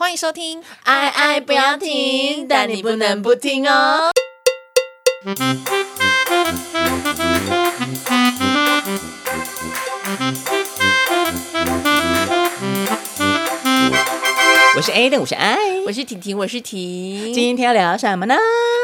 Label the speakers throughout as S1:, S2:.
S1: 欢迎收听《
S2: 爱爱不要停，但你不能不听哦。
S1: 我是 Aden，我是爱，
S2: 我是婷婷，我是婷。
S1: 今天要聊什么呢？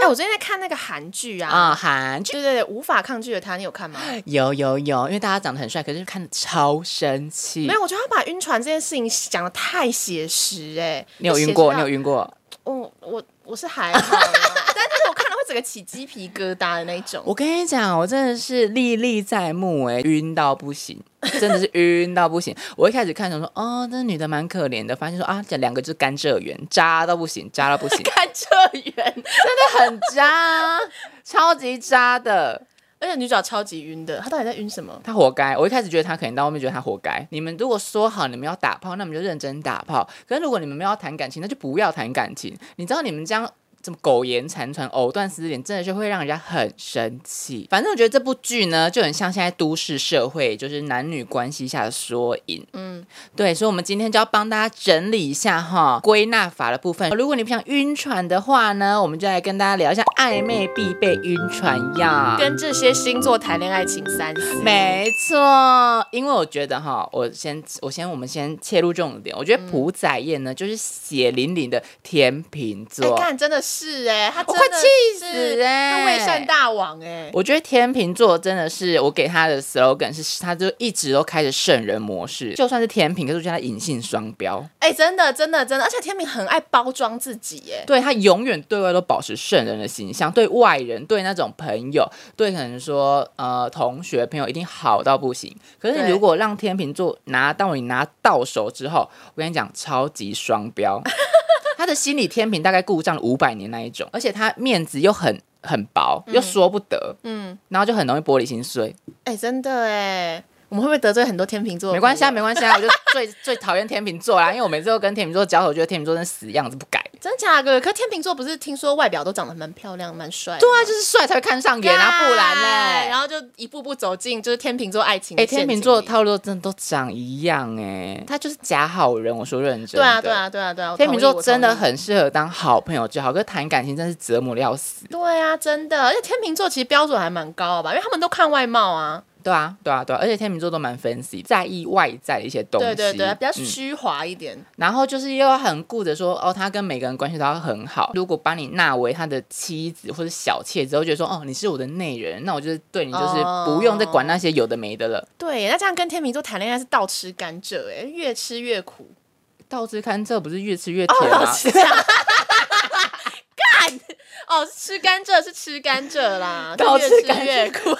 S2: 哎，我最近在看那个韩剧啊，哎
S1: 啊、韩剧
S2: 对对对，无法抗拒的他，你有看吗？
S1: 有有有，因为大家长得很帅，可是看的超生气。
S2: 没有，我觉得他把晕船这件事情讲的太写实哎、
S1: 你有晕过？你有
S2: 晕？
S1: 晕过？
S2: 我我我是还好啦，但是我看了会整个起鸡皮疙瘩的那一 种。，
S1: 我跟你讲，我真的是历历在目哎、晕到不行，真的是晕到不行。我一开始看想说，哦，这女的蛮可怜的，发现说啊，这两个就是甘蔗园，渣到不行，渣到不 行
S2: 看这远，
S1: 真的很渣，超级渣的。
S2: 而且女主角超级晕的，她到底在晕什么？
S1: 他活该。我一开始觉得他可能，到后面觉得他活该。你们如果说好你们要打炮，那我们就认真打炮。可是如果你们没有要谈感情，那就不要谈感情。你知道你们这样。怎么苟延残喘、藕断丝连，真的是会让人家很生气。反正我觉得这部剧呢，就很像现在都市社会，就是男女关系下的缩影。
S2: 嗯，
S1: 对，所以我们今天就要帮大家整理一下哈，归纳法的部分。如果你不想晕船的话呢，我们就来跟大家聊一下暧昧必备晕船药。
S2: 跟这些星座谈恋爱，请三思。
S1: 没错，因为我觉得哈，我先我先我们先切入重点，我觉得朴载彦呢、就是血淋淋的天秤
S2: 嗯哎、
S1: 座。
S2: 看真的是哎、她
S1: 我
S2: 真
S1: 快
S2: 的
S1: 气
S2: 是
S1: 死哎、
S2: 她伪善大王哎、
S1: 我觉得天秤座真的是我给他的 slogan 是，他就一直都开着圣人模式，就算是天秤，可是我觉得他隐性双标，
S2: 哎、真的真的真的，而且天明很爱包装自己哎、
S1: 对他永远对外都保持圣人的形象，对外人、对那种朋友、对可能说呃同学、朋友一定好到不行。可是
S2: 对
S1: 你如果让天秤座拿到你拿到手之后，我跟你讲，超级双 标。他的心理天平大概故障了五百年那一种，而且他面子又很很薄，又说不得，
S2: 嗯，
S1: 然后就很容易玻璃心碎。
S2: 哎、真的哎、我们会不会得罪很多天秤座？
S1: 没关系啊，，没关系啊，我就最最讨厌天秤座啦，因为我每次都跟天秤座交手，我觉得天秤座真死样子不改。
S2: 真假的？可是天秤座不是听说外表都长得蛮漂亮、蛮帅的吗？
S1: 对啊，就是帅才会看上眼啊，不然嘞
S2: 对。然后就一步步走进就是天秤座爱情。
S1: 哎、天秤座的，套路真的都长一样哎、他就是假好人。我说认真的，
S2: 对啊，对，啊，对啊，对啊，我
S1: 天
S2: 同
S1: 秤
S2: 意
S1: 座真的。
S2: 我同意
S1: 很适合当好朋友就好，可是谈感情真是折磨的要死。
S2: 对啊，真的，而且天秤座其实标准还蛮高的吧，因为他们都看外貌啊，
S1: 对啊，对啊，对啊，而且天秤座都蛮分析，在意外在的一些东西，
S2: 对对对，比较
S1: 嗯
S2: 虚华一点。
S1: 然后就是又很顾着说，哦，他跟每个人关系都要很好。如果把你纳为他的妻子或者小妾之后，觉得说，哦，你是我的内人，那我就是对你就是
S2: 哦
S1: 不用再管那些有的没的了。
S2: 对，那这样跟天秤座谈恋爱是倒吃甘蔗，哎，越吃越苦。
S1: 倒吃甘蔗不是越吃越甜吗？
S2: 哦，是这样。干哦，是吃甘蔗是吃甘蔗 啦，
S1: 倒
S2: 是
S1: 吃
S2: 越
S1: 甘
S2: 吃越
S1: 蔗啊
S2: 苦。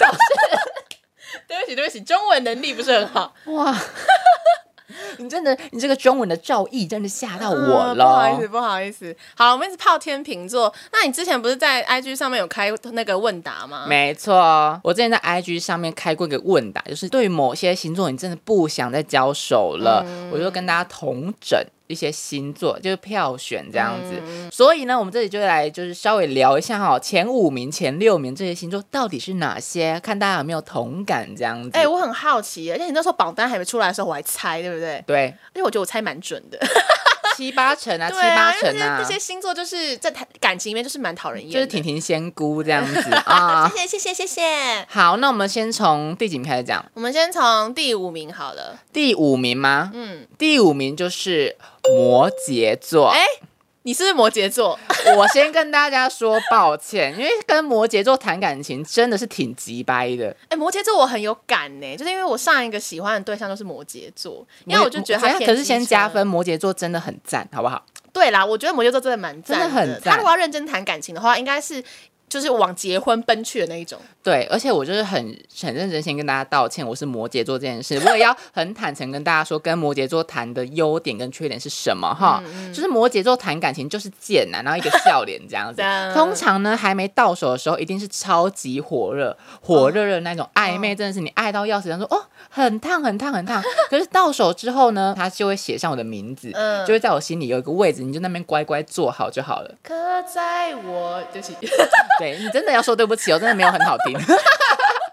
S2: 对不起，对不起，中文能力不是很好，
S1: 哇，你真的，你这个中文的造诣真的吓到 我
S2: 嗯不好
S1: 了。
S2: 意思，不好意思。好，我们一直泡天秤座。那你之前不是在 IG 上面有开那个问答吗？
S1: 没错，我之前在 IG 上面开过一个问答，就是对于某些星座你真的不想再交手了，
S2: 嗯
S1: 我就跟大家同整一些星座，就是票选这样子。
S2: 嗯
S1: 所以呢，我们这里就来就是稍微聊一下哈，前五名、前六名这些星座到底是哪些，看大家有没有同感这样子。
S2: 哎、我很好奇，而且你那时候榜单还没出来的时候，我还猜，对不对？
S1: 对，
S2: 而且我觉得我猜蛮准的，
S1: 七八成啊，七
S2: 对啊，
S1: 八
S2: 因为
S1: 成
S2: 这些
S1: 啊
S2: 这，些星座就是在谈感情里面就是蛮讨人厌的，
S1: 就是婷婷仙姑这样子啊。
S2: 谢谢谢谢谢谢。
S1: 好，那我们先从第几名开始讲？
S2: 我们先从第五名好了，
S1: 第五名吗？
S2: 嗯，
S1: 第五名就是摩羯座。
S2: 哎你是不是摩羯座？
S1: 我先跟大家说抱歉，因为跟摩羯座谈感情真的是挺鸡 掰的。
S2: 哎、摩羯座我很有感呢、就是因为我上一个喜欢的对象都是摩羯座，因为我就觉得他
S1: 摩
S2: 偏
S1: 可是先
S2: 机车
S1: 加。分，摩羯座真的很赞，好不好？
S2: 对啦，我觉得摩羯座真的蛮赞
S1: 真的很赞
S2: 他如果要认真谈感情的话，应该是就是往结婚奔去的那一种。
S1: 对，而且我就是很很认真，先跟大家道歉，我是摩羯座这件事，我也要很坦诚跟大家说，跟摩羯座谈的优点跟缺点是什么哈。
S2: 嗯
S1: 就是摩羯座谈感情就是贱啊呐、然后一个笑脸这样子
S2: 这。样
S1: 通常呢，还没到手的时候，一定是超级火
S2: 哦
S1: 热、火热热的那种暧昧，真的是你爱到要死，然后说哦，很烫、很 烫、很烫。可是到手之后呢，他就会写上我的名字，
S2: 嗯
S1: 就会在我心里有一个位置，你就那边乖乖坐好就好 了。
S2: 刻在我，对不起，
S1: 对你真的要说对不起哦，真的没有很好听。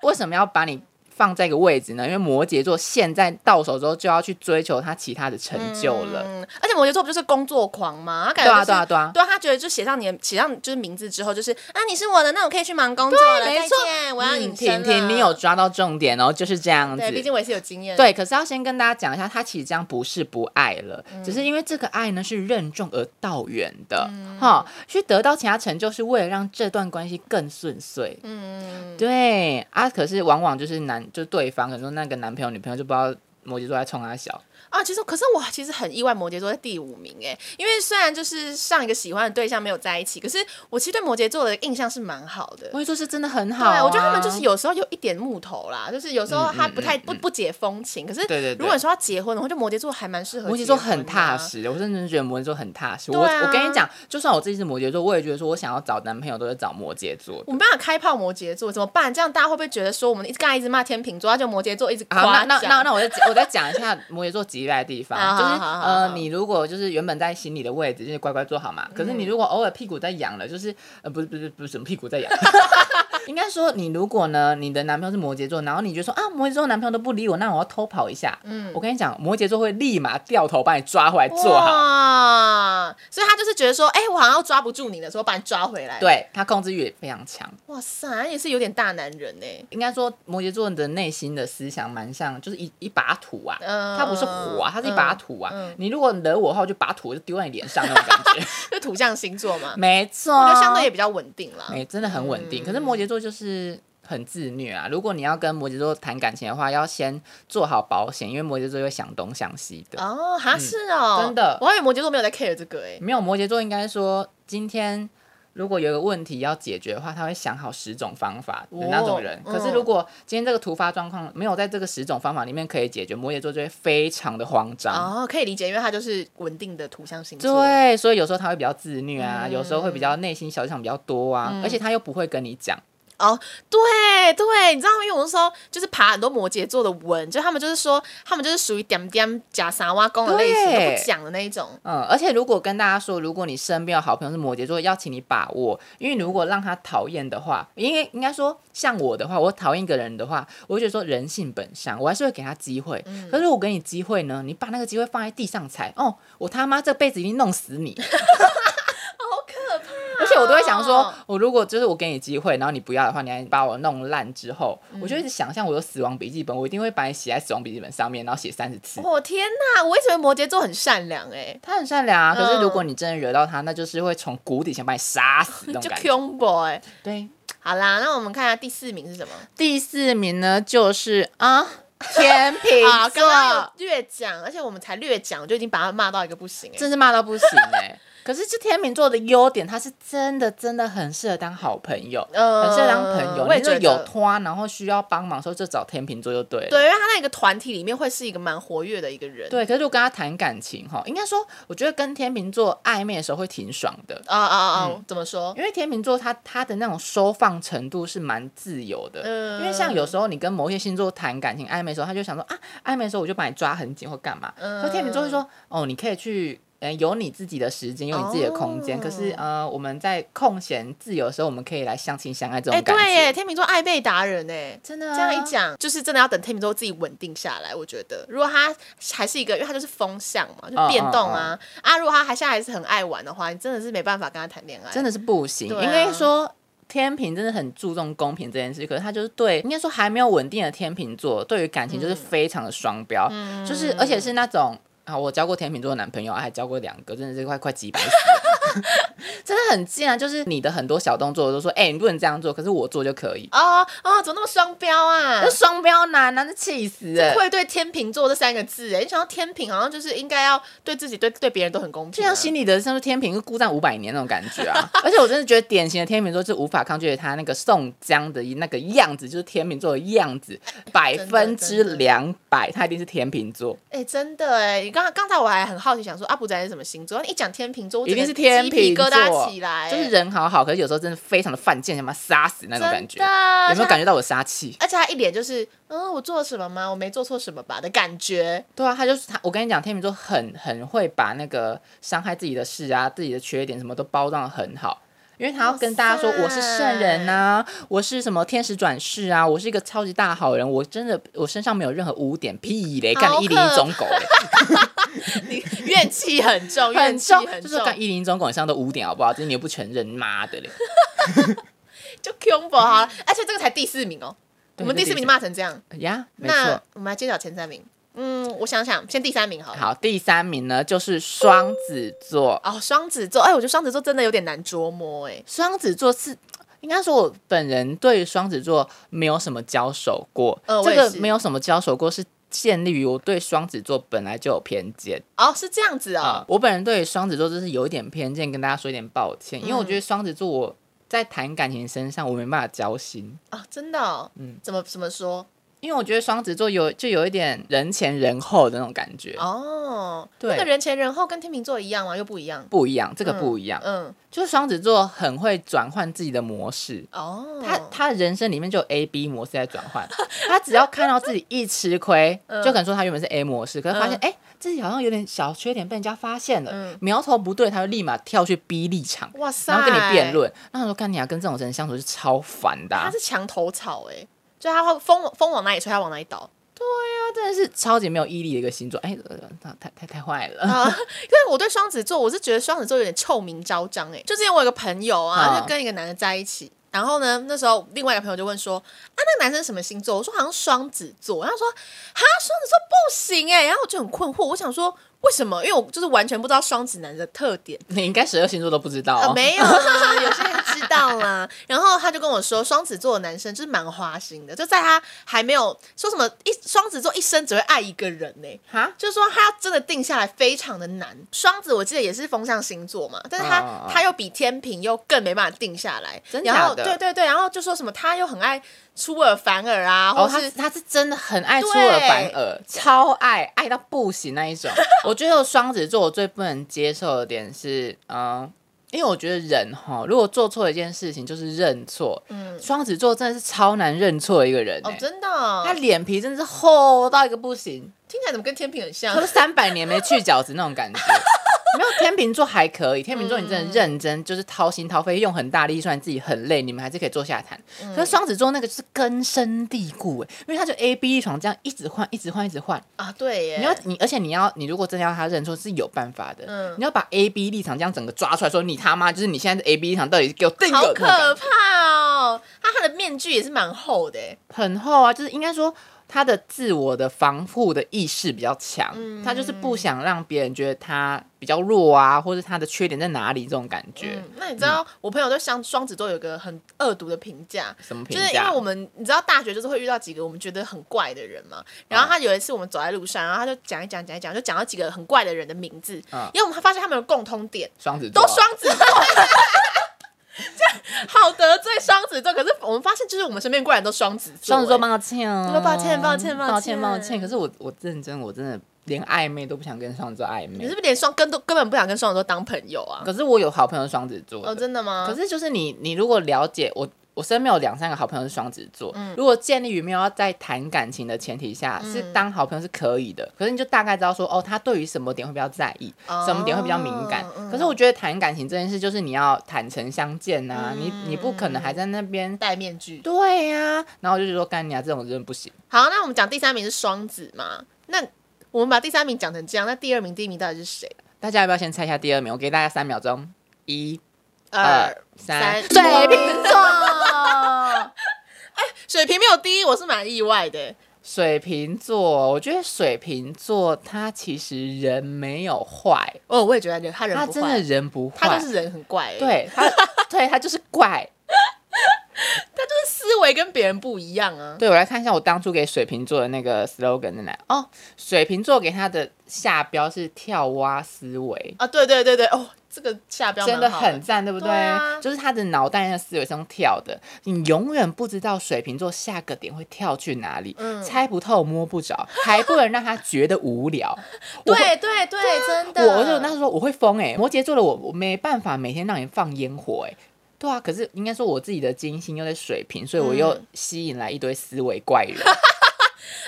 S1: 为什么要把你？放在一个位置呢？因为摩羯座现在到手之后就要去追求他其他的成就了。
S2: 嗯，而且摩羯座不就是工作狂吗？他感
S1: 对
S2: 觉、就
S1: 啊，
S2: 是、
S1: 对啊，对啊。
S2: 对他觉得就写上你的写上就是名字之后，就是啊你是我的，那我可以去忙工作了，
S1: 没错
S2: 再见，我要隐
S1: 嗯，
S2: 身
S1: 婷
S2: 了。
S1: 婷，你有抓到重点哦，就是这样子。
S2: 对，毕竟我也是有经验。，
S1: 对，可是要先跟大家讲一下，他其实这样不是不爱了，
S2: 嗯
S1: 只是因为这个爱呢是任重而道远的，
S2: 嗯
S1: 哈、去得到其他成就是为了让这段关系更顺遂。
S2: 嗯，
S1: 对啊，可是往往就是男，就对方可能说那个男朋友女朋友就不知道摩羯座在冲他笑，
S2: 啊，其实可是我其实很意外，摩羯座在第五名哎，因为虽然就是上一个喜欢的对象没有在一起，可是我其实对摩羯座的印象是蛮好的。
S1: 摩羯座是真的很好、
S2: 对，
S1: 啊，嗯
S2: 我觉得他们就是有时候有一点木头啦，就是有时候他不太不不解风情，可是
S1: 对对对
S2: 如果你说要结婚的话，就摩羯座还蛮适合。
S1: 摩羯座很踏，实，我真的觉得摩羯座很踏实。我
S2: 对啊
S1: 我跟你讲，就算我自己是摩羯座，我也觉得说我想要找男朋友都是找摩羯座的。
S2: 我们没办法开炮摩羯座怎么办？这样大家会不会觉得说我们一直刚才一直骂天秤座，他就摩羯座一直
S1: 好，那
S2: 夸
S1: 啊那那
S2: 奖？
S1: 那我再我再讲一下摩羯座急败的地
S2: 好
S1: 方，
S2: 好
S1: 就是
S2: 好好
S1: 呃
S2: 好，
S1: 你如果就是原本在心里的位置，就是乖乖坐好嘛。可是
S2: 嗯
S1: 你如果偶尔屁股在痒了，就是呃，不是不是不是什么屁股 在痒，应该说你如果呢，你的男朋友是摩羯座，然后你就说啊，摩羯座男朋友都不理我，那我要偷跑一下。嗯，我跟你讲，摩羯座会立马掉头把你抓回来坐好，
S2: 哇！所以他就是觉得说，哎、我好像抓不住你的时候，把你抓回来。，
S1: 对他控制欲也非常强。
S2: 哇塞，他也是有点大男人哎、
S1: 应该说摩羯座的内心的思想蛮像，就是一一把土啊，
S2: 嗯
S1: 它不是火啊，它是一把土啊。
S2: 嗯嗯
S1: 你如果惹我的话，我就把土就丢在你脸上那种感 觉。
S2: 就土象星座嘛，
S1: 没啊错，
S2: 我觉得相对也比嗯较稳定啦。
S1: 哎、真的很稳定。可是摩羯座就是很自虐啊。如果你要跟摩羯座谈感情的话，要先做好保险，因为摩羯座会想东想西的。
S2: 哦，哈是哦，
S1: 嗯真的
S2: 我还以为摩羯座没有在 care 这个哎、
S1: 没有摩羯座应该说，今天如果有一个问题要解决的话，他会想好十种方法的那种人。
S2: 哦
S1: 可是如果今天这个突发状况没有在这个十种方法里面可以解决，摩羯座就会非常的慌张。
S2: 哦，可以理解，因为他就是稳定的土象星座。
S1: 啊
S2: 嗯
S1: 对，所以有时候他会比较自虐啊，有时候会比较内心小剧场比较多啊，而且他又不会跟你讲，
S2: 哦，对对，你知道，因为我那时候就是爬很多摩羯座的文，就他们就是说，他们就是属于点点假傻挖工的类型，
S1: 对
S2: 都不讲的那一种。
S1: 嗯，而且如果跟大家说，如果你身边有好朋友是摩羯座，要请你把握，因为如果让他讨厌的话，因为应该说像我的话，我讨厌一个人的话，我会觉得说人性本善，我还是会给他机会。
S2: 嗯
S1: 可是我给你机会呢，你把那个机会放在地上踩，哦，我他妈这辈子一定弄死你。
S2: 好可怕！哦
S1: 而且我都会想说，我如果就是我给你机会，然后你不要的话，你还把我弄烂之后，
S2: 嗯
S1: 我就一直想象我有死亡笔记本，我一定会把你写在死亡笔记本上面，然后写三十次。
S2: 我、哦天哪，我一直以为摩羯座很善良哎、
S1: 他很善良啊，可是
S2: 嗯
S1: 如果你真的惹到他，那就是会从谷底想把你杀死那
S2: 就
S1: 种感
S2: c
S1: 觉。
S2: u m boy。
S1: 对，
S2: 好啦，那我们看一下第四名是什么？
S1: 第四名呢就是啊， 天 秤
S2: 啊，刚刚
S1: 座，
S2: 有略讲，而且我们才略讲，就已经把他骂到一个不行哎、
S1: 真是骂到不行哎、 可是这天秤座的优点，他是真的真的很适合当好朋友，
S2: 呃
S1: 很适合当朋友。
S2: 我也
S1: 你就
S2: 觉得
S1: 有拖，然后需要帮忙的时候，就找天秤座就对了。
S2: 对，因为他那个团体里面会是一个蛮活跃的一个人。
S1: 对，可是我跟他谈感情哈，应该说，我觉得跟天秤座暧昧的时候会挺爽的，
S2: 啊啊
S1: 嗯
S2: 啊！怎么说？
S1: 因为天秤座他他的那种收放程度是蛮自由的。
S2: 嗯
S1: 因为像有时候你跟某一些星座谈感情暧昧的时候，他就想说啊，暧昧的时候我就把你抓很紧或干嘛，
S2: 嗯
S1: 所以天秤座会说哦，你可以去。呃，有你自己的时间，有你自己的空间。可是，
S2: 哦
S1: 呃，我们在空闲自由的时候，我们可以来相亲相爱这
S2: 哎、
S1: 种感觉。
S2: 对耶，天秤座暧昧达人哎，
S1: 真的、啊
S2: 这样一，讲，就是真的要等天秤座自己稳定下来。我觉得，如果他还是一个，因为他就是风向嘛，就
S1: 嗯
S2: 变动啊、啊！如果他还现在还是很爱玩的话，你真的是没办法跟他谈恋爱。
S1: 真
S2: 的，
S1: 的是不行。
S2: 对啊
S1: 应该说天平真的很注重公平这件事，可是他就是对应该说还没有稳定的天秤座，对于感情就是非常的双标，
S2: 嗯
S1: 就是而且是那种。啊，我交过天秤座的男朋友，啊还交过两个，真的是快快几百死 了，真的很贱啊！就是你的很多小动作，我都说，哎、你不能这样做，可是我做就可以，
S2: 哦哦，怎么那么双标啊
S1: 那？双标男啊，那气死人！
S2: 会对天秤座这三个字，哎，你想到天秤好像就是应该要对自己、对对别人都很公
S1: 就
S2: 平、啊，
S1: 像心里的像是天平是孤占五百年那种感觉啊！ 而且我真的觉得典型的天秤座是无法抗拒他那个宋江的那个样子，就是天秤座的样子，百分之两百，他一定是天秤座，
S2: 哎、真的哎，你刚刚才我还很好奇，想说阿布仔是什么星座？一讲天秤座，我整
S1: 一定
S2: 个
S1: 是天
S2: 鸡皮
S1: 秤
S2: 疙瘩
S1: 座
S2: 起来，
S1: 就是人好好，可是有时候真的非常的犯贱，想把他杀死那
S2: 真
S1: 种
S2: 的啊
S1: 感觉。有没有感觉到我杀气？
S2: 而且他一脸就是，嗯，我做了什么吗？我没做错什么吧的感觉。
S1: 对啊，他就是他。我跟你讲，天秤座很很会把那个伤害自己的事啊、自己的缺点什么都包装的很好。因为他要跟大家说
S2: 哇塞
S1: 我是圣人呐、我是什么天使转世啊，我是一个超级大好人，我真的我身上没有任何污点，屁嘞，
S2: 好
S1: 干
S2: 可
S1: 一零一种狗嘞。
S2: 你怨气很重， 怨
S1: 很
S2: 气
S1: 重，
S2: 很
S1: 就是
S2: 重，
S1: 干一零总管上都五点好不好？这你又不承认，妈 的嘞！
S2: 就 combo 好了，而且这个才第四名哦，我
S1: 嗯对
S2: 们第四名骂成这样，
S1: 呀，没
S2: 那
S1: 错。
S2: 我们来揭晓前三名。嗯，我想想，先第三名好了。
S1: 好，第三名呢就是双子座，
S2: 哦，双子座，哎，我觉得双子座真的有点难捉摸，哎，
S1: 双子座是。应该说，我本人对双子座没有什么交手过，
S2: 呃我
S1: 这
S2: 也
S1: 个
S2: 是
S1: 没有什么交手过是建立于我对双子座本来就有偏见
S2: 哦，是这样子
S1: 啊、
S2: 哦，
S1: 我本人对双子座就是有一点偏见，跟大家说一点抱
S2: 嗯
S1: 歉，因为我觉得双子座我在谈感情身上我没办法交心，
S2: 哦，真的哦，嗯，怎么怎么说？
S1: 因为我觉得双子座有就有一点人前人后的那种感觉，
S2: 哦，
S1: 对
S2: 那个人前人后跟天秤座一样吗？又不一样，
S1: 不一样，这个不一样。
S2: 嗯，
S1: 就是双子座很会转换自己的模式，
S2: 哦，
S1: 他他的人生里面就有 A B 模式在转换， 他只要看到自己一吃亏，
S2: 嗯
S1: 就可能说他原本是 A 模式，可是发现哎、诶自己好像有点小缺点被人家发现了，
S2: 嗯
S1: 苗头不对，他就立马跳去 B 立场。
S2: 哇塞，
S1: 然后跟你辩，论，那我说干你啊，跟这种人相处是超烦的、啊，
S2: 他是墙头草，哎，就他会风风往哪里吹，他往哪里倒。
S1: 他真的是超级没有毅力的一个星座，哎，呃他太太太坏了，
S2: 啊，因为我对双子座，我是觉得双子座有点臭名昭彰哎、就之前我有个朋友啊，
S1: 嗯
S2: 就跟一个男的在一起，然后呢，那时候另外一个朋友就问说，啊，那个男生什么星座？我说好像双子座，然后他说，哈，双子座不行哎、然后我就很困惑，我想说为什么？因为我就是完全不知道双子男的特点。
S1: 你应该十二星座都不知道、
S2: 啊，
S1: 哦，
S2: 没有啦， 有些人知道啦。然后他就跟我说，双子座的男生就是蛮花心的，就在他还没有说什么一双子座一生只会爱一个人呢、
S1: 哈，
S2: 就是说他要真的定下来非常的难。双子我记得也是风象星座嘛，但是他、
S1: 嗯嗯嗯
S2: 他又比天平又更没办法定下来。
S1: 真
S2: 然后
S1: 假的
S2: 对对对，然后就说什么他又很爱出尔反尔啊，
S1: 哦，
S2: 或
S1: 他
S2: 是、
S1: 他是真的很爱出尔反尔，超爱，爱到不行那一 种。我觉得双子座我最不能接受的点是，嗯，因为我觉得人哈，如果做错一件事情就是认错，嗯，双子座真的是超难认错的一个人、欸，
S2: 哦，真的哦、
S1: 他脸皮真的是厚到一个不行，
S2: 听起来怎么跟天平很像
S1: 他都？三百年没去角质那种感觉。没有天秤座还可以，天秤座你
S2: 嗯
S1: 真的认真，就是掏心掏肺，用很大力，虽然自己很累，你们还是可以坐下谈。
S2: 嗯
S1: 可是双子座那个就是根深蒂固哎，因为他就 A B 一床这样一直换，一直换，一直换。
S2: 啊，对耶，
S1: 你要你，而且你要你如果真的要他认错是有办法的，
S2: 嗯
S1: 你要把 A B 立场这样整个抓出来说，你他妈就是你现在是 A B 立场到底给我定
S2: 好
S1: 个
S2: 可怕哦！他他的面具也是蛮厚的欸耶，
S1: 很厚啊，就是应该说他的自我的防护的意识比较强，
S2: 嗯
S1: 他就是不想让别人觉得他比较弱啊，或者他的缺点在哪里这种感觉。
S2: 嗯，那你知道、我朋友对双双子座有个很恶毒的评价，
S1: 什么评
S2: 就是因
S1: 价
S2: 为我们你知道大学就是会遇到几个我们觉得很怪的人嘛，然
S1: 嗯
S2: 后他有一次我们走在路上，然后他就讲一讲讲一讲，就讲到几个很怪的人的名字，
S1: 嗯
S2: 因为我们发现他们有共通点，
S1: 双子座啊
S2: 都双子座。 这样好得罪双子座，可是我们发现，就是我们身边怪人都双子座、
S1: 双子座
S2: 欸
S1: 抱歉哦，
S2: 抱歉抱歉抱歉
S1: 抱歉抱歉。可是我我认真，我真的连暧昧都不想跟双子座暧
S2: 你
S1: 昧
S2: 是。不是连双根都根本不想跟双子座当朋友啊？
S1: 可是我有好朋友双子座的
S2: 哦，真的吗？
S1: 可是就是你，你如果了解我，我身边有两三个好朋友是双子座，
S2: 嗯
S1: 如果建立于没有要在谈感情的前提下，是当好朋友是可以的。可是你就大概知道说，哦，他对于什么点会比较在意，
S2: 哦嗯
S1: 什么点会比较敏感。可是我觉得谈感情这件事，就是你要坦诚相见呐、
S2: 嗯
S1: 你你不可能还在那边。
S2: 戴面具。
S1: 对呀、然后我就觉得说干你啊，这种真的不行。
S2: 好，那我们讲第三名是双子嘛？那我们把第三名讲成这样，那第二名、第一名到底是谁？
S1: 大家要不要先猜一下第二名？我给大家三秒钟，一、
S2: 二
S1: 二、三，
S2: 水
S1: 水瓶
S2: 瓶
S1: 座，
S2: 呃 哎水瓶没有第一，我是蛮意外的。
S1: 水瓶座，我觉得水瓶座他其实人没有坏，
S2: 哦，我也觉得人他人
S1: 他
S2: 不
S1: 真
S2: 坏
S1: 的人不坏，
S2: 他就是人很怪、欸，，
S1: 对他，对他就是怪。
S2: 思维跟别人不一样啊。
S1: 对我来看一下我当初给水瓶座的那个 slogan 在哪哦，水瓶座给他的下标是跳蛙思维。
S2: 啊，对对对对，哦，这个下标蛮
S1: 真的
S2: 好
S1: 很赞，对不对？
S2: 对啊
S1: 就是他的脑袋那个思维是用跳的，你永远不知道水瓶座下个点会跳去哪里，
S2: 嗯
S1: 猜不透摸不着，还不能让他觉得无聊。我会
S2: 对对对，真的。
S1: 我就那时候我会疯哎、摩羯座的我我没办法每天让你放烟火哎、对啊，可是
S2: 嗯
S1: 应该说我自己的金星又在水瓶，所以我又吸引来一堆思维怪人。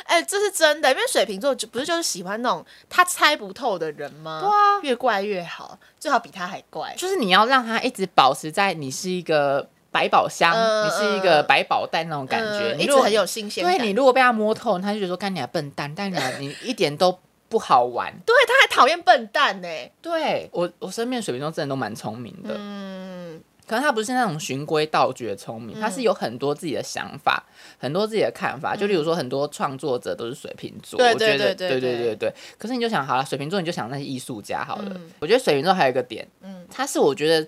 S2: 哎、这是真的，因为水瓶座就不是就是喜欢那种他猜不透的人吗？
S1: 对啊
S2: 越怪越好，最好比他还怪。
S1: 就是你要让他一直保持在你是一个百宝箱，
S2: 嗯
S1: 你是一个百宝袋那种感觉。
S2: 嗯
S1: 你
S2: 一
S1: 如
S2: 直
S1: 果
S2: 很有新鲜感。
S1: 对你如果被他摸透，他就觉得说干你啊笨蛋，但你啊你一点都不好 玩。
S2: 对，他还讨厌笨蛋呢、
S1: 对我，我身边的水瓶座真的都蛮聪明的，
S2: 嗯，
S1: 可能他不是那种循规蹈矩的聪明，他是有很多自己的想法，很多自己的看法。就例如说，很多创作者都是水瓶座，
S2: 嗯对
S1: 我
S2: 对
S1: 觉得
S2: 对对
S1: 对对
S2: 对
S1: 对对。可是你就想好了，水瓶座你就想那些艺术家好了。
S2: 嗯
S1: 我觉得水瓶座还有一个点，
S2: 嗯
S1: 嗯，他是我觉得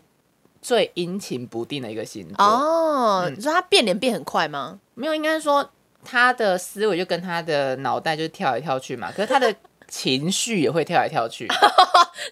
S1: 最阴晴不定的一个星座。
S2: 哦，
S1: 嗯
S2: 你说他变脸变很快吗？
S1: 没有，应该说他的思维就跟他的脑袋就跳来跳去嘛，可是他的 情绪也会跳来跳去，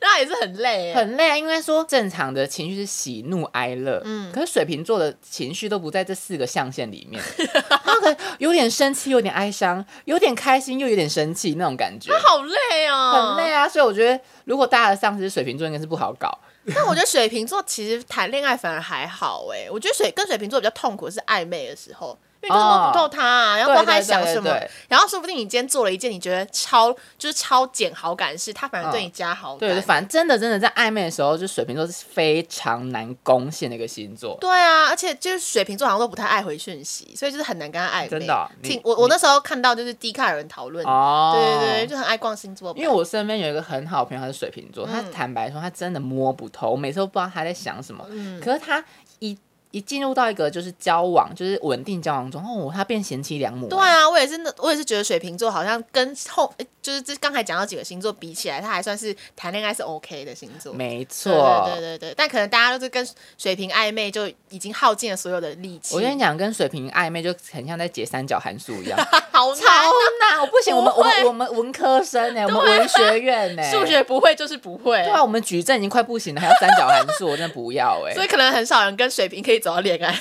S2: 那也是很累、欸，
S1: 很累啊。因为说正常的情绪是喜怒哀乐，
S2: 嗯
S1: 嗯，可是水瓶座的情绪都不在这四个象限里面， 他可能有点生气，有点哀伤，有点开心，又有点生气那种感觉。
S2: 好累哦，
S1: 很累。啊，所以我觉得如果大家的上司是水瓶座，应该是不好搞。
S2: 但我觉得水瓶座其实谈恋爱反而还好哎、我觉得水跟水瓶座比较痛苦的是暧昧的时候。因为你就是摸不透他、啊，然后不知道他在想什么
S1: 哦对对对对，
S2: 然后说不定你今天做了一件你觉得超就是超减好感的事，他反而对你加好感。
S1: 啊对，反正真的真的在暧昧的时候，就水瓶座是非常难攻陷的一个星座。
S2: 对啊，而且就是水瓶座好像都不太爱回讯息，所以就是很难跟他暧昧。
S1: 真的哦你
S2: 挺我我那时候看到就是低卡有人讨论，
S1: 哦，
S2: 对对对，就很爱逛星座版，
S1: 因为我身边有一个很好的朋友，他是水瓶座，他
S2: 嗯
S1: 坦白说他真的摸不透，我每次都不知道他在想什么。
S2: 嗯
S1: 可是他一一进入到一个就是交往，就是稳定交往中，哦，他变贤妻良母。
S2: 对啊，我也是那，我也是觉得水瓶座好像跟后呃就是这刚才讲到几个星座比起来，他还算是谈恋爱是 OK 的星座。
S1: 没
S2: 对
S1: 错。
S2: 对对对对，但可能大家都是跟水瓶暧昧，就已经耗尽了所有的力气。
S1: 我跟你讲，跟水瓶暧昧就很像在解三角函数 一样，
S2: 好
S1: 超
S2: 难哦，
S1: 难，我不行，我们
S2: 不
S1: 我
S2: 会啊
S1: 们我们文科生呢、欸我们文学院呢、
S2: 数。学不会就是不会，
S1: 对啊，我们矩阵已经快不行了，还要三角函数，我真的不要哎、
S2: 所以可能很少人跟水瓶可以走到恋爱。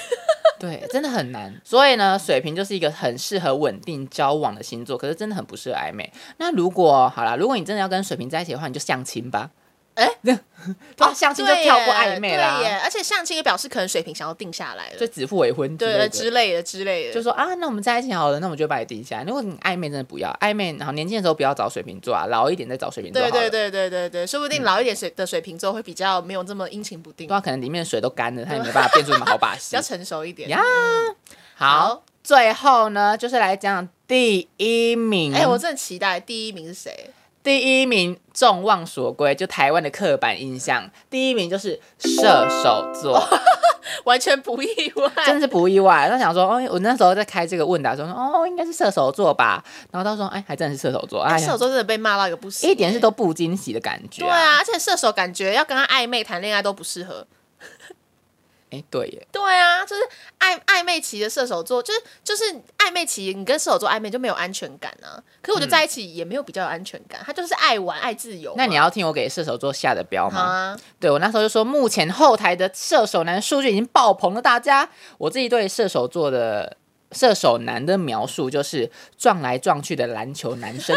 S1: 对，真的很难。所以呢，水瓶就是一个很适合稳定交往的星座，可是真的很不适合暧昧。那如果好啦，如果你真的要跟水瓶在一起的话，你就相亲吧。
S2: 哎
S1: 对啊，相亲就
S2: 哦对耶
S1: 跳过暧昧
S2: 对耶
S1: 啦，
S2: 而且相亲也表示可能水瓶想要定下来了
S1: 就，指腹为婚之类
S2: 对
S1: 的。
S2: 之类的之类的，
S1: 就说啊，那我们在一起好了，那我们就把你定下来。如果你暧昧，真的不要暧昧，然后年轻的时候不要找水瓶座啊，老一点再找水瓶座好
S2: 对
S1: 了。
S2: 对对对对对，说不定老一点水的水瓶座会比较没有这么阴晴不定
S1: 对，啊，可能里面的水都干了，他也没办法变出什么好把
S2: 比
S1: 戏
S2: 较。成熟一点。
S1: 呀，好，最后呢，就是来讲第一名。
S2: 哎、我真的期待第一名是谁？
S1: 第一名众望所归，就台湾的刻板印象，第一名就是射手座，
S2: 哦完全不意外，
S1: 真是不意外。他想说，哦，我那时候在开这个问答说，哦，应该是射手座吧。然后到时候，哎，还真的是射手座，哎
S2: 哎射
S1: 呀
S2: 手，座真的被骂到一个不行、欸
S1: 一点是都不惊喜的感觉、
S2: 对啊，而且射手感觉要跟他暧昧谈恋爱都不适合。
S1: 哎，对耶，
S2: 对啊，就是暧暧昧期的射手座，就是就是暧昧期，你跟射手座暧昧就没有安全感啊。可是我觉得在一起也没有比较有安全感，他就是爱玩爱自由嘛。
S1: 嗯那你要听我给射手座下的标
S2: 好
S1: 吗？
S2: 啊，
S1: 对我那时候就说，目前后台的射手男数据已经爆棚了，大家，我自己对射手座的射手男的描述就是撞来撞去的篮球男生。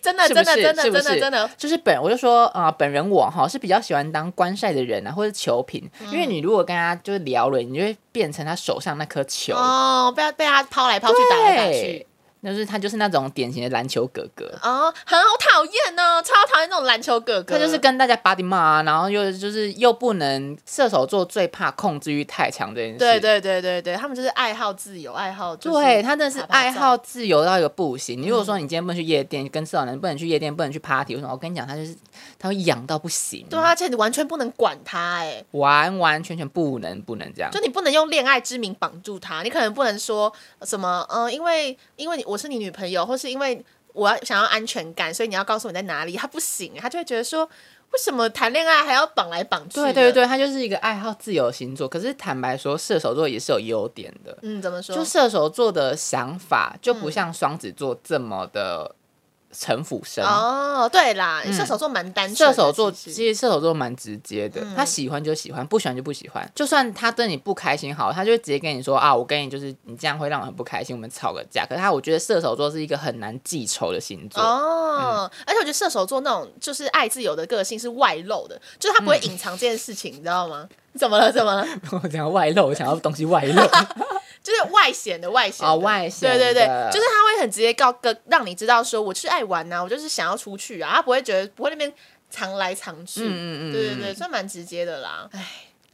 S2: 真的
S1: 是不
S2: 真
S1: 是
S2: 的真的
S1: 是
S2: 真
S1: 不
S2: 的
S1: 是
S2: 真的，
S1: 就是本我就说啊、呃本人我哈是比较喜欢当观赛的人啊，或者球评，
S2: 嗯
S1: 因为你如果跟他就是聊了，你就会变成他手上那颗球，
S2: 哦，被他被他抛来抛去
S1: 对，
S2: 打来打去。
S1: 就是他就是那种典型的篮球哥哥。
S2: 哦，很好讨厌哦，超讨厌那种篮球哥哥。
S1: 他就是跟大家 body 骂，啊然后又就是又不能射手座最怕控制欲太强这件事。
S2: 对对对对对，他们就是爱好自由，爱好就是
S1: 对他真的是
S2: 啪啪
S1: 爱
S2: 照嗯
S1: 好自由到一个不行。你如果说你今天不能去夜店，跟射手男不能去夜店，不能去 party，为什么？我跟你讲，他就是他会痒到不行，
S2: 对啊，而且你完全不能管他、哎，
S1: 完完全全不能不能这样
S2: 就。你不能用恋爱之名绑住他，你可能不能说呃什么，嗯、因为因为你我是你女朋友，或是因为我要想要安全感，所以你要告诉我你在哪里，他不行，他就会觉得说，为什么谈恋爱还要绑来绑去？
S1: 对对，对，他就是一个爱好自由的星座。可是坦白说，射手座也是有优点的，
S2: 嗯，怎么说？
S1: 就射手座的想法就不像双子座这么的城府深。
S2: 哦，对啦，射手座蛮单纯
S1: 嗯射
S2: 的，嗯
S1: 手座
S2: 其
S1: 其
S2: 实
S1: 实射手座蛮直接的，他喜欢就喜欢，不喜欢就不喜欢。就算他对你不开心好，他就会直接跟你说啊，我跟你就是你这样会让我很不开心，我们吵个架。可是他我觉得射手座是一个很难记仇的星 座，
S2: 哦，
S1: 嗯
S2: 而且我觉得射手座那种就是爱自由的个性是外露的，就是他不
S1: 嗯
S2: 会隐 藏这件事情，你知道吗？怎么了？怎么了？
S1: 我想要外露，我想要东西外露。
S2: 就是外显的外显的
S1: 哦外显
S2: 对对对
S1: 的，
S2: 就是他会很直接告个让你知道说我就是爱玩呐、啊我就是想要出去啊，他不会觉得不会那边藏来藏去，
S1: 嗯嗯嗯
S2: 对对对，算蛮直接的啦。唉，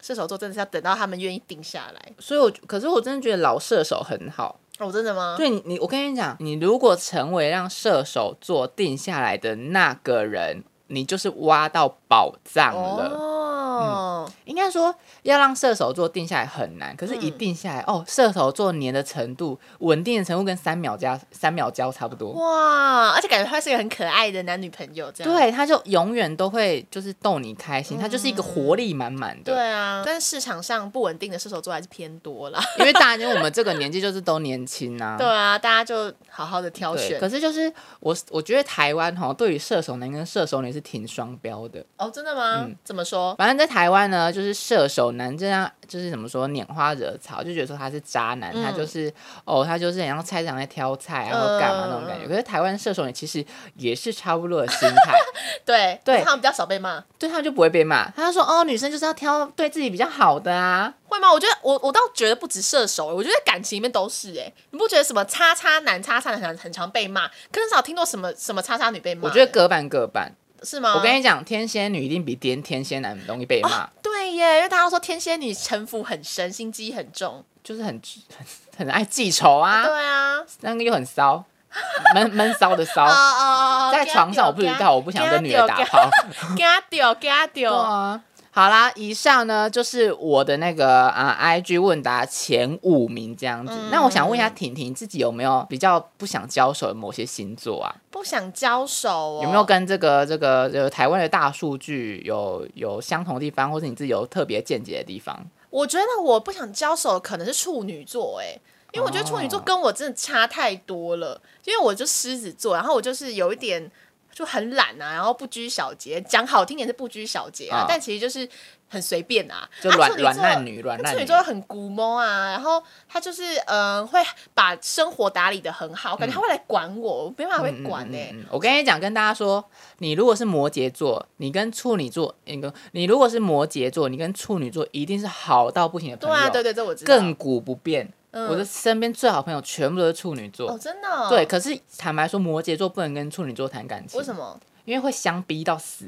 S2: 射手座真的是要等到他们愿意定下来
S1: 所以我可是我真的觉得老射手很好。
S2: 哦，真的吗？
S1: 对你，你我跟你讲，你如果成为让射手座定下来的那个人，你就是挖到宝藏了。
S2: 哦，
S1: 应该说，要让射手座定下来很难，可是，一
S2: 嗯
S1: 定下来、哦，射手座黏的程度、稳定的程度跟三秒加三秒胶差不多。
S2: 哇，而且感觉他是一个很可爱的男女朋友，这样
S1: 对，他就永远都会就是逗你开心，他就是一个活力满满的。
S2: 嗯对啊，但是市场上不稳定的射手座还是偏多 啦。
S1: 因为大家我们这个年纪就是都年轻啊。
S2: 对啊，大家就好好的挑
S1: 对，
S2: 哦选
S1: 可是就是我，我觉得台湾哈，对于射手男跟射手女是挺双标的。
S2: 哦，真的吗？
S1: 嗯
S2: 怎么说？
S1: 反正，在台湾呢，就是射手男这样，就是怎么说，拈花惹草，就觉得说他是渣男，
S2: 嗯
S1: 他就是哦，他就是很像菜市场在挑菜啊，然后干嘛那种感觉。
S2: 嗯
S1: 可是台湾射手女其实也是差不多的心 态，
S2: 对
S1: 对
S2: 可是他们比较少被骂，
S1: 对他们就不会被骂。他就说哦，女生就是要挑对自己比较好的啊，
S2: 会吗？我觉得我我倒觉得不止射手，欸我觉得感情里面都是哎、你不觉得什么叉叉男、叉叉男很很常被骂，可很少听到什么什么叉叉女被骂、
S1: 我觉得
S2: 欸
S1: 各半各半。
S2: 是吗？
S1: 我跟你讲，天蝎女一定比天天蝎男容易被骂，
S2: 对耶，因为大家都说天蝎女城府很深，心机很重。
S1: 就是很 很很爱记仇啊，
S2: 对啊，
S1: 那个又很骚， 闷闷骚的骚
S2: 哦。哦哦，
S1: 在床上我不知道，我不想跟女的打炮。
S2: 给他 丢，给他
S1: 对
S2: 丢。
S1: 啊。 好啦，以上呢就是我的那个啊、IG 问答前五名这样子。
S2: 嗯
S1: 那我想问一下婷婷自己有没有比较不想交手的某些星座啊？
S2: 不想交手哦，
S1: 有没有跟这个这个这个台湾的大数据有有相同的地方，或是你自己有特别见解的地方？
S2: 我觉得我不想交手的可能是处女座、欸，因为我觉得处女座
S1: 哦
S2: 跟我真的差太多了，因为我就狮子座，然后我就是有一点就很懒啊，然后不拘小节，讲好听点是不拘小节啊，
S1: 啊
S2: 但其实就是很随便啊，
S1: 就
S2: 啊
S1: 软
S2: 处女座
S1: 软烂女，软烂
S2: 处女
S1: 女
S2: 座。很古摸啊，然后他就是嗯、呃会把生活打理的很好，感觉他会来管我，我没办法会管哎、
S1: 嗯我跟你讲，跟大家说，你如果是摩羯座，你跟处女座，你跟你如果是摩羯座，你跟处女座一定是好到不行的朋
S2: 对
S1: 友，
S2: 啊，对对，这我知道。
S1: 亘古不变。
S2: 嗯
S1: 我的身边最好朋友全部都是处女座。
S2: 哦，真的、哦、
S1: 对，，可是坦白说，摩羯座不能跟处女座谈感情，
S2: 为什？么？
S1: 因为会相逼 到死，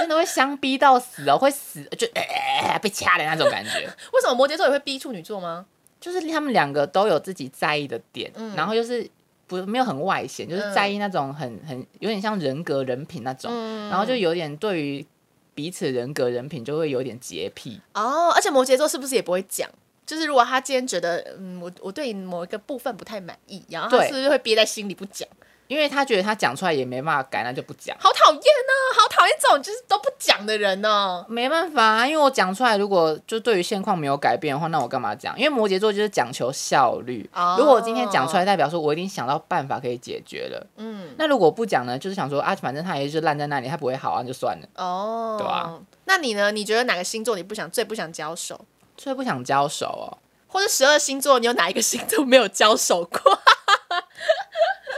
S1: 真的会相逼到死哦，会死就、呃被掐的那种感觉。
S2: 为什么摩羯座也会逼处女座吗？
S1: 就是他们两个都有自己在意的点，
S2: 嗯
S1: 然后就是不没有很外显，就是
S2: 嗯
S1: 在意那种很很有点像人格人品那种，
S2: 嗯
S1: 然后就有点对于彼此人格人品就会有点洁癖。
S2: 哦，而且摩羯座是不是也不会讲？就是如果他今天觉得，嗯，我我对你某一个部分不太满意，然后他
S1: 对
S2: 是不是会憋在心里不讲？
S1: 因为他觉得他讲出来也没办法改，那就不讲。
S2: 好讨厌呢，好讨厌这种就是都不讲的人哦呢、
S1: 没办法啊，因为我讲出来，如果就对于现况没有改变的话，那我干嘛讲？因为摩羯座就是讲求效率。
S2: 哦
S1: 如果我今天讲出来，代表说我已经想到办法可以解决了。
S2: 嗯，
S1: 那如果不讲呢，就是想说啊，反正他也就烂在那里，他不会好啊，就算了。
S2: 哦，
S1: 对啊
S2: 那你呢？你觉得哪个星座你不想最不想交手？
S1: 所以不想交手哦。
S2: 或者十二星座，你有哪一个星座没有交手过？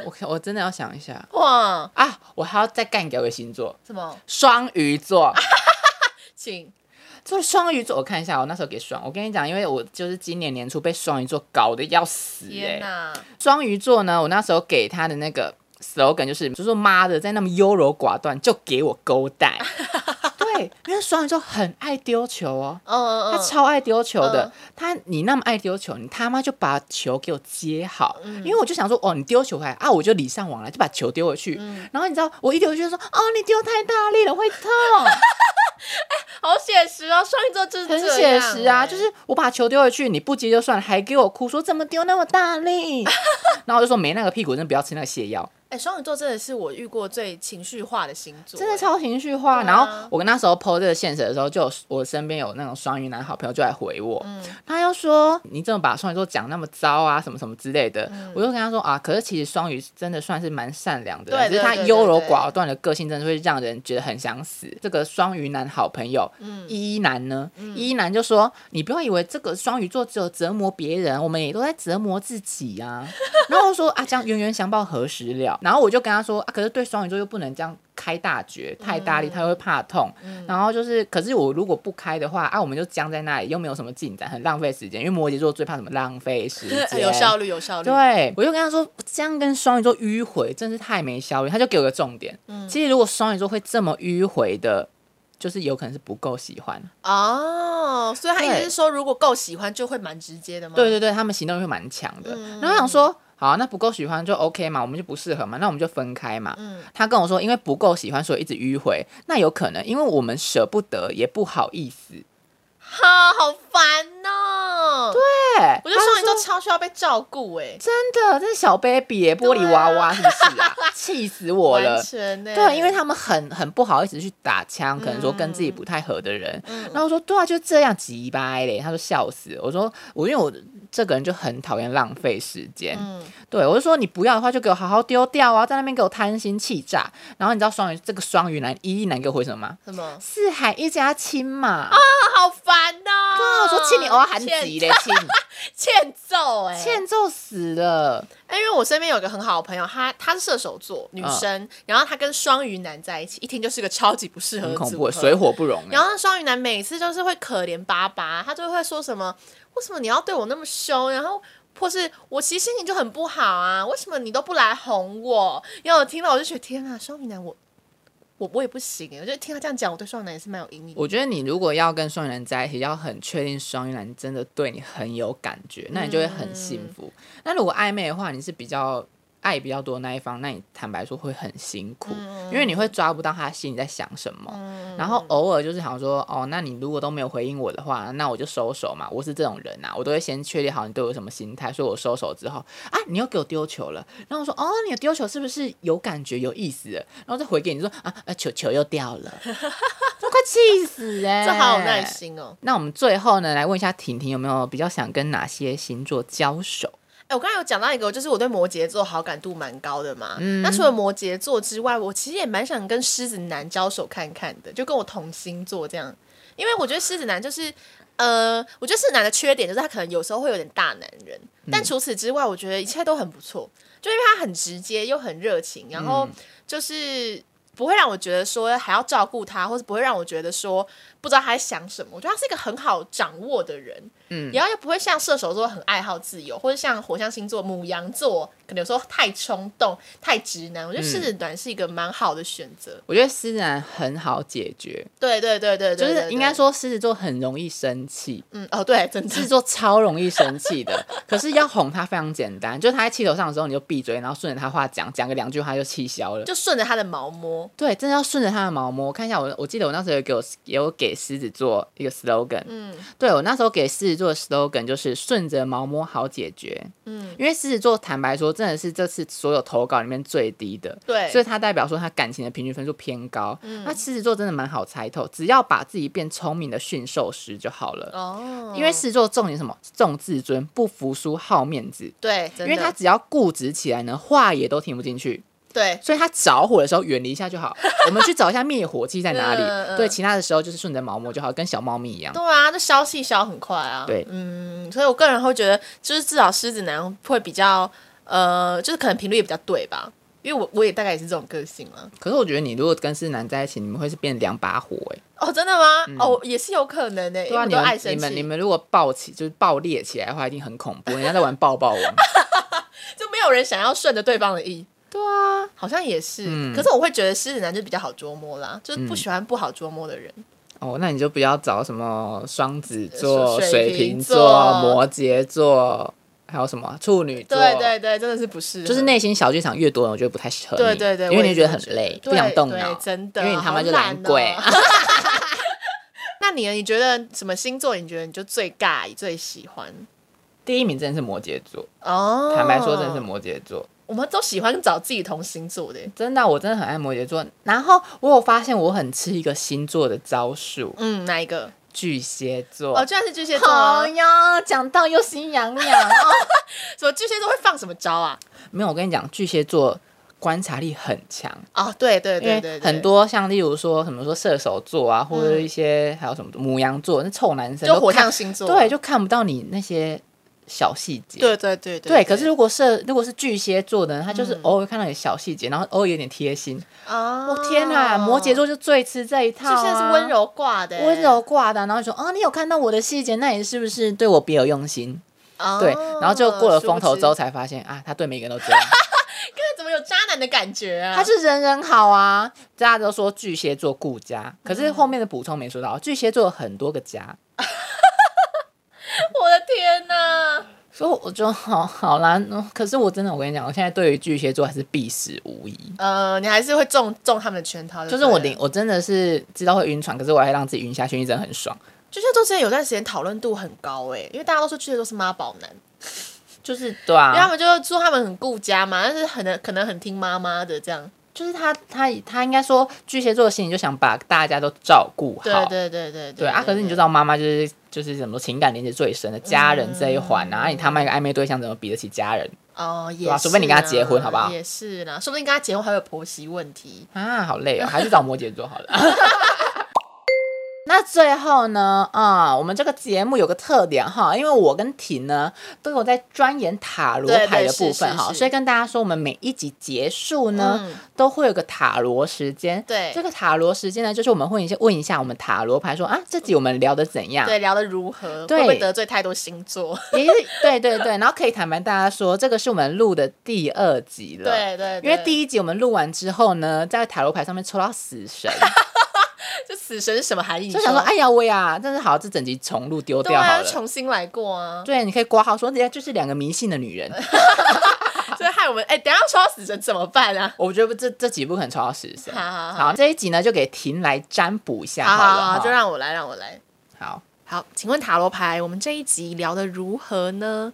S1: 我我真的要想一下
S2: 哇，
S1: 啊，我还要再干掉一个星座，
S2: 什么？
S1: 双鱼座。
S2: 啊请
S1: 这双鱼座，我看一下，我那时候给双。我跟你讲，因为我就是今年年初被双鱼座搞得要死、
S2: 天
S1: 欸，
S2: 哪！
S1: 双鱼座呢，我那时候给他的那个 slogan 就是，就说妈的，在那么优柔寡断，就给我勾 带。对，因为双鱼座很爱丢球哦，
S2: 嗯
S1: 他
S2: 嗯
S1: 超爱丢球的
S2: 嗯。
S1: 他你那么爱丢球，你他妈就把球给我接好。
S2: 嗯
S1: 因为我就想说，哦，你丢球回来啊，我就礼尚往来，就把球丢回去。然后你知道，我一丢回去就说，哦，你丢太大力了，会 痛。
S2: 嗯，好写实哦，双鱼座就是
S1: 很
S2: 这
S1: 写
S2: 样
S1: 实啊，
S2: 欸
S1: 就是我把球丢回去，你不接就算了，还给我哭说怎么丢那么大力。 然后我就说没那个屁股，真的不要吃那个泻药。
S2: 哎，双鱼座真的是我遇过最情绪化的星座，
S1: 真的
S2: 欸
S1: 超情绪化。
S2: 对啊
S1: 然后我跟那时候 PO 这个现实的时候，就有我身边有那种双鱼男好朋友就来回我，
S2: 嗯
S1: 他就说你怎么把双鱼座讲那么糟啊，什么什么之类的。
S2: 嗯
S1: 我就跟他说啊，可是其实双鱼真的算是蛮善良的人，
S2: 对
S1: 只是他
S2: 对对
S1: 优柔寡断的个性真的会让人觉得很想死。这个双鱼男好朋友
S2: 嗯
S1: 一一男呢，一一男就说你不要以为这个双鱼座只有 折磨别人，我们也都在折磨自己啊。然后我说啊，这样冤冤相报何时了？然后我就跟他说啊，可是对双鱼座又不能这样开大绝，太
S2: 嗯
S1: 大力他会怕痛。然后就是，可是我如果不开的话啊，我们就僵在那里，又没有什么进展，很浪费时间。因为摩羯座最怕什么浪费时间，
S2: 有效率，有效率。
S1: 对，我就跟他说，这样跟双鱼座迂回真是太没效率。他就给我个重点，
S2: 嗯
S1: 其实如果双鱼座会这么迂回的，就是有可能是不够喜欢。
S2: 哦，所以他意思
S1: 对
S2: 是说，如果够喜欢，就会蛮直接的吗？
S1: 对对对，他们行动力会蛮强的。然后我想说，好、那不够喜欢就 OK 嘛，我们就不适合嘛，那我们就分开嘛。他跟我说，因为不够喜欢，所以一直迂回。那有可能，因为我们舍不得，也不好意思。
S2: 哈，好烦哦。对，
S1: 对，
S2: 我觉得双鱼
S1: 哎他
S2: 座
S1: 就说
S2: 超需要被照顾哎，
S1: 真的，这是小 baby 耶玻璃娃娃是不是啊？ 气死我了
S2: 完！全哎。
S1: 对，因为他们很很不好意思去打枪，可能说跟自己不太合的人。然后我说对啊，就这样急掰嘞。他说笑死了。我说我因为我这个人就很讨厌浪费时间，
S2: 嗯
S1: 对我就说你不要的话就给我好好丢掉啊，在那边给我贪心气炸。然后你知道双鱼这个双鱼男一一男给我回什么吗？
S2: 什么？
S1: 四海一家亲嘛。
S2: 啊，好烦呐！
S1: 对啊，我说亲你偶尔喊急嘞，亲
S2: 欠揍哎，
S1: 欠揍死了。
S2: 哎，因为我身边有一个很好的朋友，她她是射手座
S1: 嗯
S2: 女生，然后她跟双鱼男在一起，一听就是个超级不适合
S1: 很
S2: 的
S1: 恐
S2: 组
S1: 怖，
S2: 合。
S1: 水火不容欸。
S2: 然后那双鱼男每次就是会可怜巴巴，他就会说什么：“为什么你要对我那么凶？”然后或是我其实心情就很不好啊，为什么你都不来哄我？然后我听到我就觉得天啊，双鱼男我我我也不行欸我就听他这样讲，我对双鱼男也是蛮有阴影。
S1: 我觉得你如果要跟双鱼男在一起，要很确定双鱼男真的对你很有感
S2: 嗯
S1: 觉，那你就会很幸福。那如果暧昧的话，你是比较爱比较多那一方，那你坦白说会很辛苦，
S2: 嗯
S1: 因为你会抓不到他心里在想什么。然后偶尔就是想说，哦，那你如果都没有回应我的话，那我就收手嘛。我是这种人啊，我都会先确定好你对我什么心态，所以我收手之后，啊，你又给我丢球了。然后我说，哦，你的丢球是不是有感觉、有意思了？然后再回给你说，啊，啊球球又掉 了，都快气死哎、
S2: 这好有耐。心哦！
S1: 那我们最后呢，来问一下婷婷有没有比较想跟哪些星座交手？
S2: 哎，我刚才有讲到一个，就是我对摩羯座好感度蛮高的嘛。那除了摩羯座之外，我其实也蛮想跟狮子男交手看看的，就跟我同星座这样。因为我觉得狮子男就是，呃，我觉得狮子男的缺点就是他可能有时候会有点大男人，但除此之外，我觉得一切都很不错，就因为他很直接又很热情，然后就是。不会让我觉得说还要照顾他，或者不会让我觉得说不知道他在想什么。我觉得他是一个很好掌握的人，然后又不会像射手座很爱好自由，或者像火象星座母羊座，可能有时候太冲动、太直男。我
S1: 嗯
S2: 觉得狮子男是一个蛮好的选择。
S1: 我觉得狮子男很好解决，
S2: 对对对对
S1: 就
S2: 对，
S1: 是
S2: 对
S1: 应该，说狮子座很容易生气，
S2: 对嗯，哦，对，真
S1: 狮子
S2: 的，
S1: 座超容易生气的，可是要哄他非常简单， 就是他在气头上的时候，你就闭嘴，然后顺着他话讲，讲个两句话就气消了。
S2: 就顺着他的毛摸。
S1: 对，真的要顺着他的毛摸。我看一下我，我记得我那时候有给我也有给狮子座一个 slogan，嗯，对我那时候给狮子座的 slogan 就是顺着毛摸好解决，嗯，因为狮子座坦白说真的是这次所有投稿里面最低的，
S2: 对
S1: 所以它代表说他感情的平均分数偏高。那狮子座真的蛮好猜透，只要把自己变聪明的驯兽师就好了。
S2: 哦，
S1: 因为狮子座重点是什么？重自尊，不服输，好面子。
S2: 对，真
S1: 因
S2: 的
S1: 为他只要固执起来呢，话也都听不进去，
S2: 对
S1: 所以他着火的时候远离一下 就好。我们去找一下灭火器在哪
S2: 嗯嗯
S1: 里。对，其他的时候就是顺着毛毛就好，跟小猫咪一样。
S2: 对啊，就消气消很快啊。
S1: 对
S2: 嗯，所以我个人会觉得，就是至少狮子男会比较，呃，就是可能频率也比较对吧。因为我我也大概也是这种个性了，
S1: 可是我觉得你如果跟狮子男在一起，你们会是变两把火哎、
S2: 哦，真的吗？哦，也是有可能的、因
S1: 对
S2: 为
S1: 啊，
S2: 我
S1: 你
S2: 都爱
S1: 们
S2: 生
S1: 你
S2: 气。
S1: 们你们如果爆起就是爆裂起来的话，一定很恐怖。人家在玩抱抱王，
S2: 就没有人想要顺着对方的意，
S1: 对啊，
S2: 好像也是。可是我会觉得狮子男就比较好捉摸啦，就是不喜欢不好捉摸的人。
S1: 哦，那你就不要找什么双子座、
S2: 水
S1: 水
S2: 瓶
S1: 瓶
S2: 座
S1: 座、摩羯座，还有什么处女座？
S2: 对对对，真的是不适合。
S1: 就是内心小剧场越多，我觉得不太适合你。
S2: 对对对，
S1: 因为
S2: 我
S1: 你
S2: 也
S1: 会觉得
S2: 这么
S1: 很累，
S2: 对
S1: 不想动
S2: 对
S1: 脑，
S2: 真的，
S1: 因为你他妈就
S2: 好
S1: 懒鬼。
S2: 哦那你呢？你觉得什么星座？你觉得你就最尬、最喜欢？
S1: 第一名真的是摩羯座，
S2: 哦，
S1: 坦白说，真的是摩羯座，
S2: 我们都喜欢找自己同星座的。
S1: 真的啊、我真的很爱摩羯座。然后我有发现，我很吃一个星座的招数，
S2: 嗯，哪一个？
S1: 巨蟹座。
S2: 哦，居然是巨蟹座吗
S1: 好呀，讲到又心痒痒 哦。
S2: 什么巨蟹座会放什么招啊？
S1: 没有，我跟你讲，巨蟹座观察力很强。
S2: 哦，对对
S1: 因
S2: 对对对，
S1: 为
S2: 嗯
S1: 很多像例如说什么说射手座啊，或者一些还有什么母羊座，那臭男生
S2: 就
S1: 都
S2: 火
S1: 看
S2: 象星座，
S1: 对，就看不到你那些小细节。
S2: 对对对对嗯
S1: 对，可是如果是如果是巨蟹座的人，他就是偶尔看到你小细节，然后偶尔有点贴心。
S2: 啊，
S1: 我、天哪，摩羯座就最吃这一套、
S2: 就
S1: 啊，
S2: 现在是温柔挂的欸，
S1: 温柔挂的啊、然后就说啊，你有看到我的细节，那你是不是对我别有用心？
S2: 哦，
S1: 对，然后就过了风头之后
S2: 殊不知，
S1: 才发现啊，他对每个人都这 样，
S2: 那怎么有渣男的感觉啊？
S1: 他是人人好啊。大家都说巨蟹座顾家，可
S2: 嗯
S1: 是后面的补充没说到，巨蟹座有很多个家，
S2: 我的天哪！
S1: 所以我就好好啦。嗯可是我真的，我跟你讲，我现在对于巨蟹座还是必死无疑。
S2: 呃，你还是会中中他们的圈套，
S1: 就是我
S2: 领
S1: 领，我真的是知道会晕船，可是我还让自己晕下去，一真的很爽。
S2: 巨蟹座之前有段时间讨论度很高哎、因为大家都说巨蟹座是妈宝男，
S1: 就是
S2: 因
S1: 对
S2: 为他
S1: 啊，
S2: 们就说他们很顾家嘛，但是很能可能很听妈妈的这样。
S1: 就是他他他应该说巨蟹座的心里就想把大家都照顾好，
S2: 对对对对
S1: 对啊，可是你就知
S2: 道
S1: 道妈妈就是就是怎么说情感连接最深的家人这一环啊，你他妈一个暧昧对象怎么比得起家人
S2: 哦，也
S1: 对啊
S2: 是，
S1: 除非你跟他结婚好不好
S2: 也是啦，说不定跟他结婚还会有婆媳问题。
S1: 啊？好累哦，还是找摩羯座好了。 那最后呢，啊、我们这个节目有个特点哈，因为我跟婷呢都有在钻研塔罗
S2: 对
S1: 牌
S2: 对
S1: 的部
S2: 是
S1: 分
S2: 是
S1: 哈，
S2: 是
S1: 所以跟大家说，我们每一集结束呢，
S2: 嗯，
S1: 都会有个塔罗时间。
S2: 对
S1: 这个塔罗时间呢，就是我们会一下问一下我们塔罗牌说啊，这集我们聊的怎样？
S2: 对，聊得如何？
S1: 啊对
S2: 会不会得罪太多星座？
S1: 也是对对对，然后可以坦白大家说，这个是我们录的第二集了。。
S2: 对对，
S1: 因为
S2: 一
S1: 第一集我们录完之后呢，在塔罗牌上面抽到死神，
S2: 就死神是什么含义？
S1: 就想说，
S2: 你
S1: 哎呀喂啊，真是好，这整集重录丢
S2: 对
S1: 掉好
S2: 啊，
S1: 了。
S2: 重新来过啊，
S1: 对，你可以挂号说，人家就是两个迷信 的女人。
S2: 所以害我们哎，等一下说到死神怎么办啊？
S1: 我觉得这这几部可能抽到死神。
S2: 好好好
S1: 这一集呢就给婷来占卜一下
S2: 好
S1: 好了
S2: 好啊
S1: 哈。
S2: 好，就让我来，让我来。
S1: 好
S2: 好，请问塔罗牌，我们这一集聊的如何呢？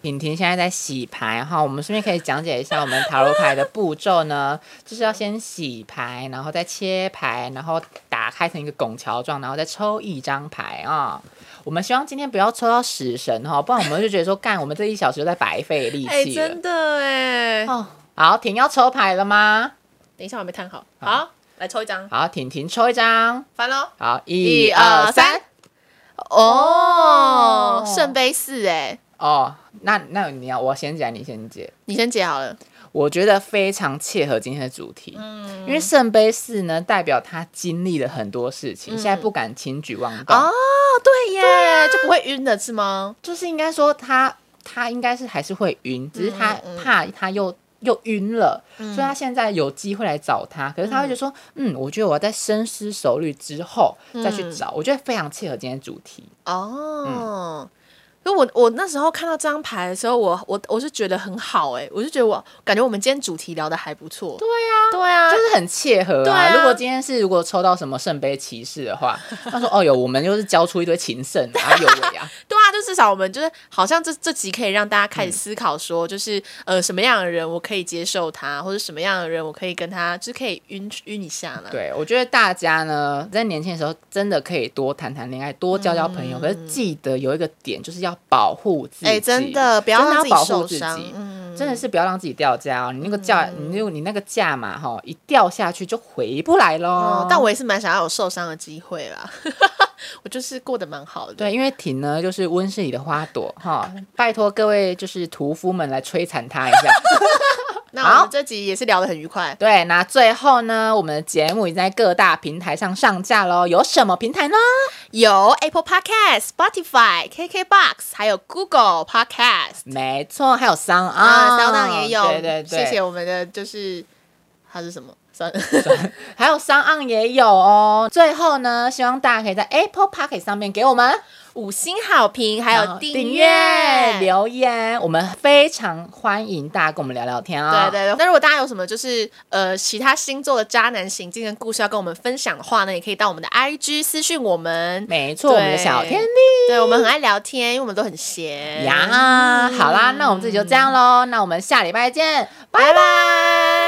S1: 婷婷现在在洗牌哈，我们顺便可以讲解一下我们塔罗牌的步骤呢， 就是要先洗牌，然后再切牌，然后打开成一个拱桥状，然后再抽一张牌啊、我们希望今天不要抽到死神哈，不然我们就觉得说干，我们这一小时就在白费力
S2: 哎、
S1: 气了。
S2: 真的哎、
S1: 哦，好，婷要抽牌了吗？
S2: 等一下我还没看好，
S1: 好
S2: 好，来抽一张，
S1: 好，婷婷抽一张，
S2: 翻喽。
S1: 好，
S2: 一
S1: 一二
S2: 二
S1: 三
S2: 三，哦，圣
S1: 圣
S2: 杯四哎，
S1: 哦，那那你要我先讲，你先解。
S2: 你先解好了。
S1: 我觉得非常切合今天的主题，因为圣杯四呢，代表他经历了很多事情，现在不敢轻举妄动，
S2: 哦，对啊耶，就不会晕的是吗？
S1: 就是应该说他他应该是还是会晕，只是他
S2: 嗯嗯
S1: 怕他又又晕了，所以他现在有机会来找他，可是他会觉得说，嗯，我觉得我要在深思熟虑之后再去找，我觉得非常切合今天的主题，
S2: 哦。可我我那时候看到这张牌的时候，我我我是觉得很好哎、我就觉得我感觉我们今天主题聊的还不错。对啊，对啊，
S1: 就是很切合
S2: 对
S1: 啊。
S2: 啊
S1: 如果今天是如果抽到什么圣杯骑士的话， 他说，哦哟，我们又是交出一堆情圣啊，有为 啊。
S2: 对啊，就至少我们就是好像这这集可以让大家开
S1: 嗯
S2: 始思考说，就是呃什么样的人我可以接受他，或者什么样的人我可以跟他，就是可以晕晕一下呢？
S1: 对，我觉得大家呢，在年轻的时候真的可以多谈谈恋爱，多交交朋友。可是记得有一个点，就是要保护
S2: 嗯
S1: 自己。
S2: 哎，真的不
S1: 真
S2: 要
S1: 的
S2: 让
S1: 要
S2: 自己
S1: 保护
S2: 受
S1: 自
S2: 伤
S1: 己。
S2: 嗯，
S1: 真的是不要让自己掉价哦！你那个价，你那个你那个价嘛，哈，一掉下去就回不来喽、
S2: 哦，但我也是蛮想要有受伤的机会啦。 我就是过得蛮好的，
S1: 对，因为婷呢就是温室里的花朵哈，拜托各位就是屠夫们来摧残它一下。
S2: 那我
S1: 好
S2: 们这集也是聊得很愉快。
S1: 对，那最后呢，我们的节目已经在各大平台上上架喽，有什么平台呢？
S2: 有 Apple Podcast、Spotify、KKBox，还有 Google Podcast
S1: 没错，还有商
S2: 啊，
S1: 啊，
S2: 骚浪也有。
S1: 对对对，
S2: 谢谢我们的就是它是什么？算 了。
S1: 还有商岸也有哦。最后呢，希望大家可以在 Apple Park 上面给我们
S2: 五星好评，还
S1: 然
S2: 有
S1: 后
S2: 订对
S1: 留言，我们非常欢迎大家跟我们聊聊天啊、
S2: 对对，那如果大家有什么就是呃其他星座的渣男行径跟故事要跟我们分享的话呢，也可以到我们的 IG 私讯我们。
S1: 没错，我们的小天地
S2: 对我们很爱聊天，因为我们都很闲
S1: 呀。好啦，那我们这集就这样喽，那我们下礼拜见，拜拜。
S2: 拜拜。